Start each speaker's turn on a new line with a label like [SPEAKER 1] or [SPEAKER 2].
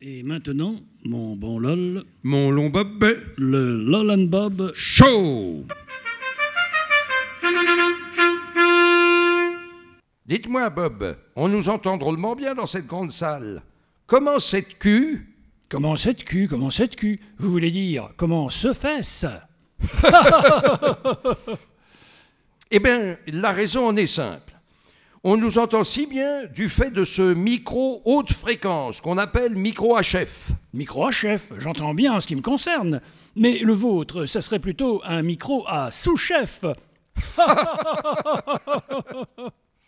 [SPEAKER 1] Et maintenant, mon bon LOL,
[SPEAKER 2] Mon long bob
[SPEAKER 1] le LOL and Bob.
[SPEAKER 2] chaud.
[SPEAKER 3] Dites-moi, Bob, on nous entend drôlement bien dans cette grande salle. Comment cette cul
[SPEAKER 1] Comment cette cul, comment cette cul Vous voulez dire, comment se fesse
[SPEAKER 3] Eh bien, la raison en est simple. On nous entend si bien du fait de ce micro haute fréquence qu'on appelle micro HF.
[SPEAKER 1] Micro à chef, j'entends bien en ce qui me concerne. Mais le vôtre, ça serait plutôt un micro à sous-chef.